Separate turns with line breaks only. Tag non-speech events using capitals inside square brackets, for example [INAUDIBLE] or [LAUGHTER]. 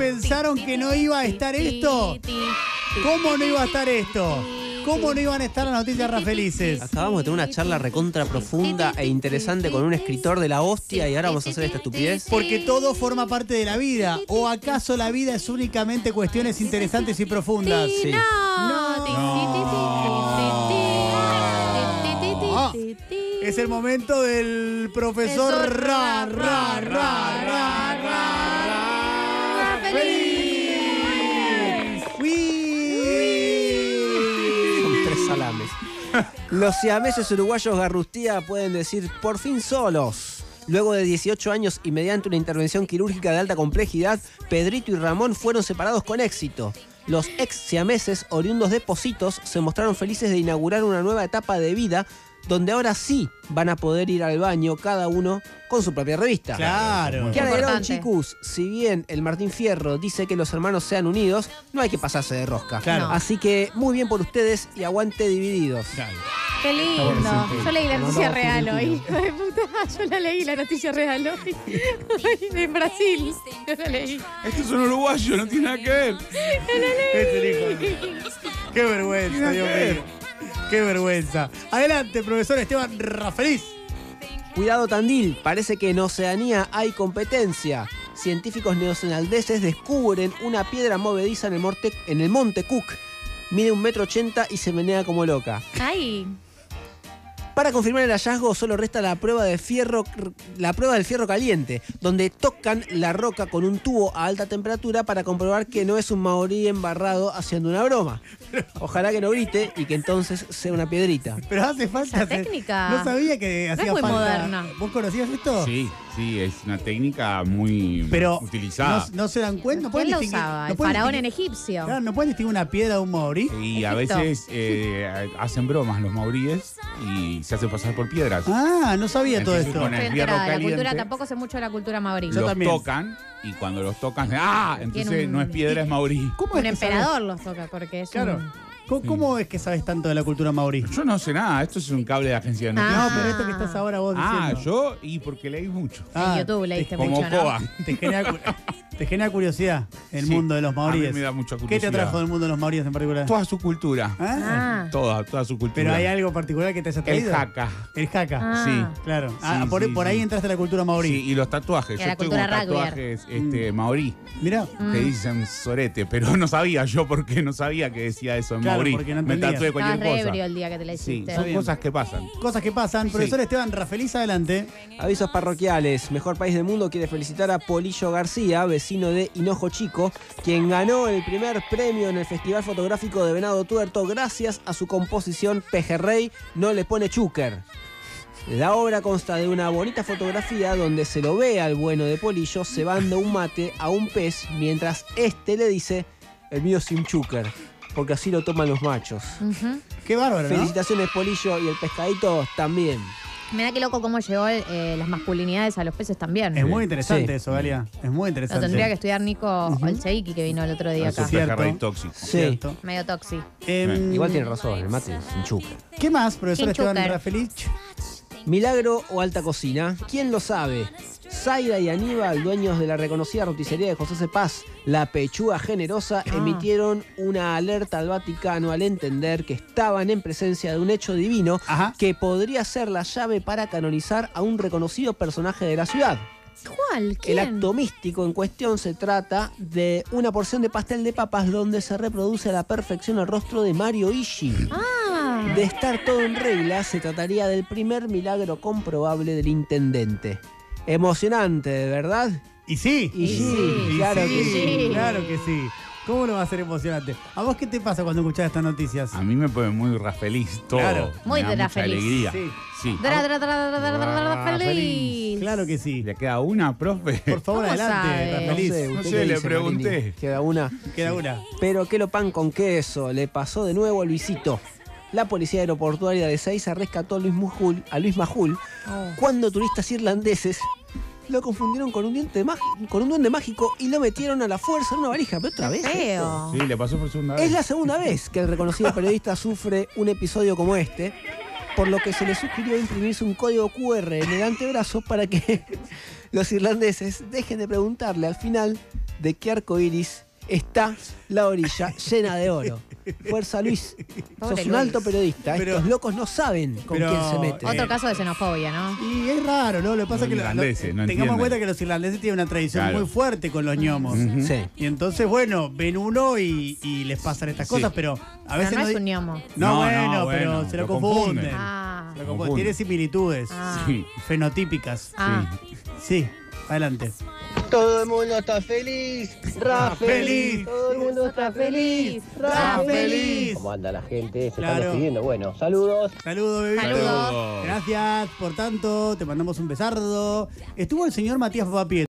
pensaron que no iba a estar esto? ¿Cómo no iba a estar esto? ¿Cómo no iban a estar las noticias rafelices?
Acabamos de tener una charla recontra profunda e interesante con un escritor de la hostia y ahora vamos a hacer esta estupidez.
Porque todo forma parte de la vida. ¿O acaso la vida es únicamente cuestiones interesantes y profundas?
Sí.
No. Es el momento del profesor Ra, Ra, Ra, Ra, Ra, Ra, feliz.
Con
Uy.
tres salames. Los siameses uruguayos Garrustía pueden decir por fin solos. Luego de 18 años y mediante una intervención quirúrgica de alta complejidad, Pedrito y Ramón fueron separados con éxito. Los ex siameses, oriundos de Positos, se mostraron felices de inaugurar una nueva etapa de vida donde ahora sí van a poder ir al baño cada uno con su propia revista.
Claro.
¿Qué alegrón,
Importante.
chicos? Si bien el Martín Fierro dice que los hermanos sean unidos, no hay que pasarse de rosca.
Claro.
Así que muy bien por ustedes y aguante divididos.
Claro.
Qué lindo. Yo leí la
Te
noticia
mandamos
real
un
hoy. Hijo de puta, Yo la leí la noticia real hoy. En Brasil. Yo la leí.
Esto es un uruguayo, no tiene nada que ver.
Es el hijo. Qué vergüenza, Dios mío. Qué vergüenza. Adelante, profesor Esteban Rafeliz.
Cuidado Tandil, parece que en Oceanía hay competencia. Científicos neozelandeses descubren una piedra movediza en el, morte- en el monte Cook. Mide un metro ochenta y se menea como loca.
Ay.
Para confirmar el hallazgo solo resta la prueba, de fierro, la prueba del fierro caliente, donde tocan la roca con un tubo a alta temperatura para comprobar que no es un maorí embarrado haciendo una broma. Ojalá que no grite y que entonces sea una piedrita.
Pero hace falta.
Esa
hacer-
técnica
No sabía que
no es
hacía
muy
falta.
moderna.
¿Vos conocías esto? [LAUGHS]
Sí, sí, es una técnica muy
Pero
utilizada.
No, no se dan cuenta. No pueden
¿Quién la
distinguir-
usaba?
no
El
pueden
faraón en
distinguir-
egipcio.
Claro, no pueden distinguir una piedra de un maorí.
Y a
Egipto.
veces eh, hacen bromas los mauríes y se hacen pasar por piedras.
Ah, no sabía todo
Entonces,
esto.
con el
Estoy
fierro
enterada de la cultura,
caliente.
tampoco sé mucho de la cultura maorí.
Yo
los
también.
tocan y cuando los tocan, ¡ah! Entonces
un-
no es piedra, es maurí.
¿Cómo
Un
que sabes-
emperador Mm. los toca porque es
Claro.
un...
¿Cómo, cómo es que sabes tanto de la cultura maorí?
Yo no sé nada, esto es un cable de agencia de
Ah.
No,
noticias.
pero esto que estás ahora vos
Ah,
diciendo.
yo, y porque leí mucho.
Ah,
en YouTube leíste
Como
mucho, ¿no?
Coa.
Te genera, cu- te genera curiosidad el
Sí,
mundo de los maoríes.
a mí me da mucha
¿Qué te
curiosidad.
atrajo del mundo de los maoríes en particular?
Toda su cultura.
¿Ah?
Ah.
Toda, toda su cultura.
Pero hay algo particular que te haya
El
traído.
jaca.
El jaca.
Ah.
Sí.
Claro. Ah,
Sí,
por,
sí,
por
sí.
ahí entraste a la cultura
Sí,
maorí.
y los tatuajes.
Y a
Yo
la
estoy
cultura
con
rugby.
tatuajes este,
Mm.
maorí.
Mirá.
Mm.
Que dicen sorete, pero no sabía yo porque no sabía que decía eso en
Claro,
maorí.
porque no
Me
entendías.
tatué
Estabas
cualquier
re ebrio
cosa.
el día que te la
Sí,
hiciste.
son
bien.
cosas que pasan.
Cosas que pasan. Profesor Esteban Rafeliz, adelante.
Avisos parroquiales. Mejor país del mundo quiere felicitar a Polillo García, vecino de Hinojo Chico, quien ganó el primer premio en el Festival Fotográfico de Venado Tuerto gracias a su composición Pejerrey no le pone chúquer. La obra consta de una bonita fotografía donde se lo ve al bueno de Polillo cebando un mate a un pez mientras este le dice, el mío sin chúquer, porque así lo toman los machos.
Ujú.
Qué bárbaro, ¿no?
Felicitaciones Polillo y el pescadito también.
Mirá qué loco cómo llegó eh, las masculinidades a los peces también.
Es muy interesante
Sí.
eso, Galia. Es muy
Lo
interesante.
tendría que estudiar Nico Olcheiki que vino el otro día
Es
acá.
un
Cierto.
pejerrey tóxico.
Sí.
Cierto.
Medio toxi.
Em,
Igual tiene razón, el mate sin chúquer.
¿Qué más, profesor
Sin
Esteban
chúcar.
Rafelich?
¿Milagro o alta cocina? ¿Quién lo sabe? Zaira y Aníbal, dueños de la reconocida roticería de José C. Paz, la pechuga generosa, emitieron una alerta al Vaticano al entender que estaban en presencia de un hecho divino
Ajá.
que podría ser la llave para canonizar a un reconocido personaje de la ciudad.
¿Cuál?
El
¿Quién?
acto místico en cuestión se trata de una porción de pastel de papas donde se reproduce a la perfección el rostro de Mario Ishii.
Ah,
De estar todo en regla, se trataría del primer milagro comprobable del intendente. Emocionante, ¿verdad?
Y sí.
Y sí,
Y
claro que
sí.
Claro que sí. ¿Cómo lo va a ser emocionante? ¿A vos qué te pasa cuando escuchás estas noticias?
A mí me pone muy rafeliz todo.
Claro.
Muy
me da mucha
rafeliz.
alegría.
Sí.
Sí.
dra, dra, dra, dra, dra, dra, dra,
Ah,
feliz.
Claro que sí.
¿Le queda una, profe?
Por favor,
¿Cómo sabe?
adelante, Rafeliz.
No
usted
sé,
qué dice,
le
Marini.
pregunté.
Queda una.
Queda una.
Pero qué lo pan con queso, le pasó de nuevo a Luisito. La policía aeroportuaria de Seiza rescató a Luis, Mujul, a Luis Majul cuando turistas irlandeses lo confundieron con un, diente mági- con un duende mágico y lo metieron a la fuerza en una valija. Pero otra vez. esto?
Feo.
Sí, le pasó por segunda vez.
Es la segunda vez que el reconocido periodista sufre un episodio como este. por lo que se le sugirió imprimirse un código QR en el antebrazo para que [LAUGHS] los irlandeses dejen de preguntarle al final de qué arco iris está la orilla llena de oro. Fuerza Luis,
Pobre
sos un
Luis.
alto periodista.
Pero-
Estos locos no saben con
pero-
quién se meten.
Eh.
Otro caso de xenofobia, ¿no?
Y es raro, ¿no? Lo que pasa
Los
es que lo- lo-
irlandeses, no
tengamos en
entienden.
cuenta que los irlandeses tienen una tradición
Claro.
muy fuerte con los ñomos.
Sí.
Y entonces, bueno, ven uno y, y les pasan estas
Sí.
cosas, pero a
Pero
veces
no es
di-
un ñomo.
No,
No, no,
bueno, pero
bueno,
se lo,
lo
confunden.
confunden.
Ah.
Se lo confunden.
Confunden.
Tiene similitudes
Ah.
Sí.
fenotípicas.
Ah.
Sí, adelante.
Todo el mundo está feliz, ra feliz. Todo el mundo está feliz, ra
¡Ra
feliz.
feliz!
¿Cómo anda la gente? Se
Claro.
están despidiendo. Bueno, saludos.
Saludos, bebé.
Saludos.
Gracias por tanto. Te mandamos un besardo. Estuvo el señor Matías Papier.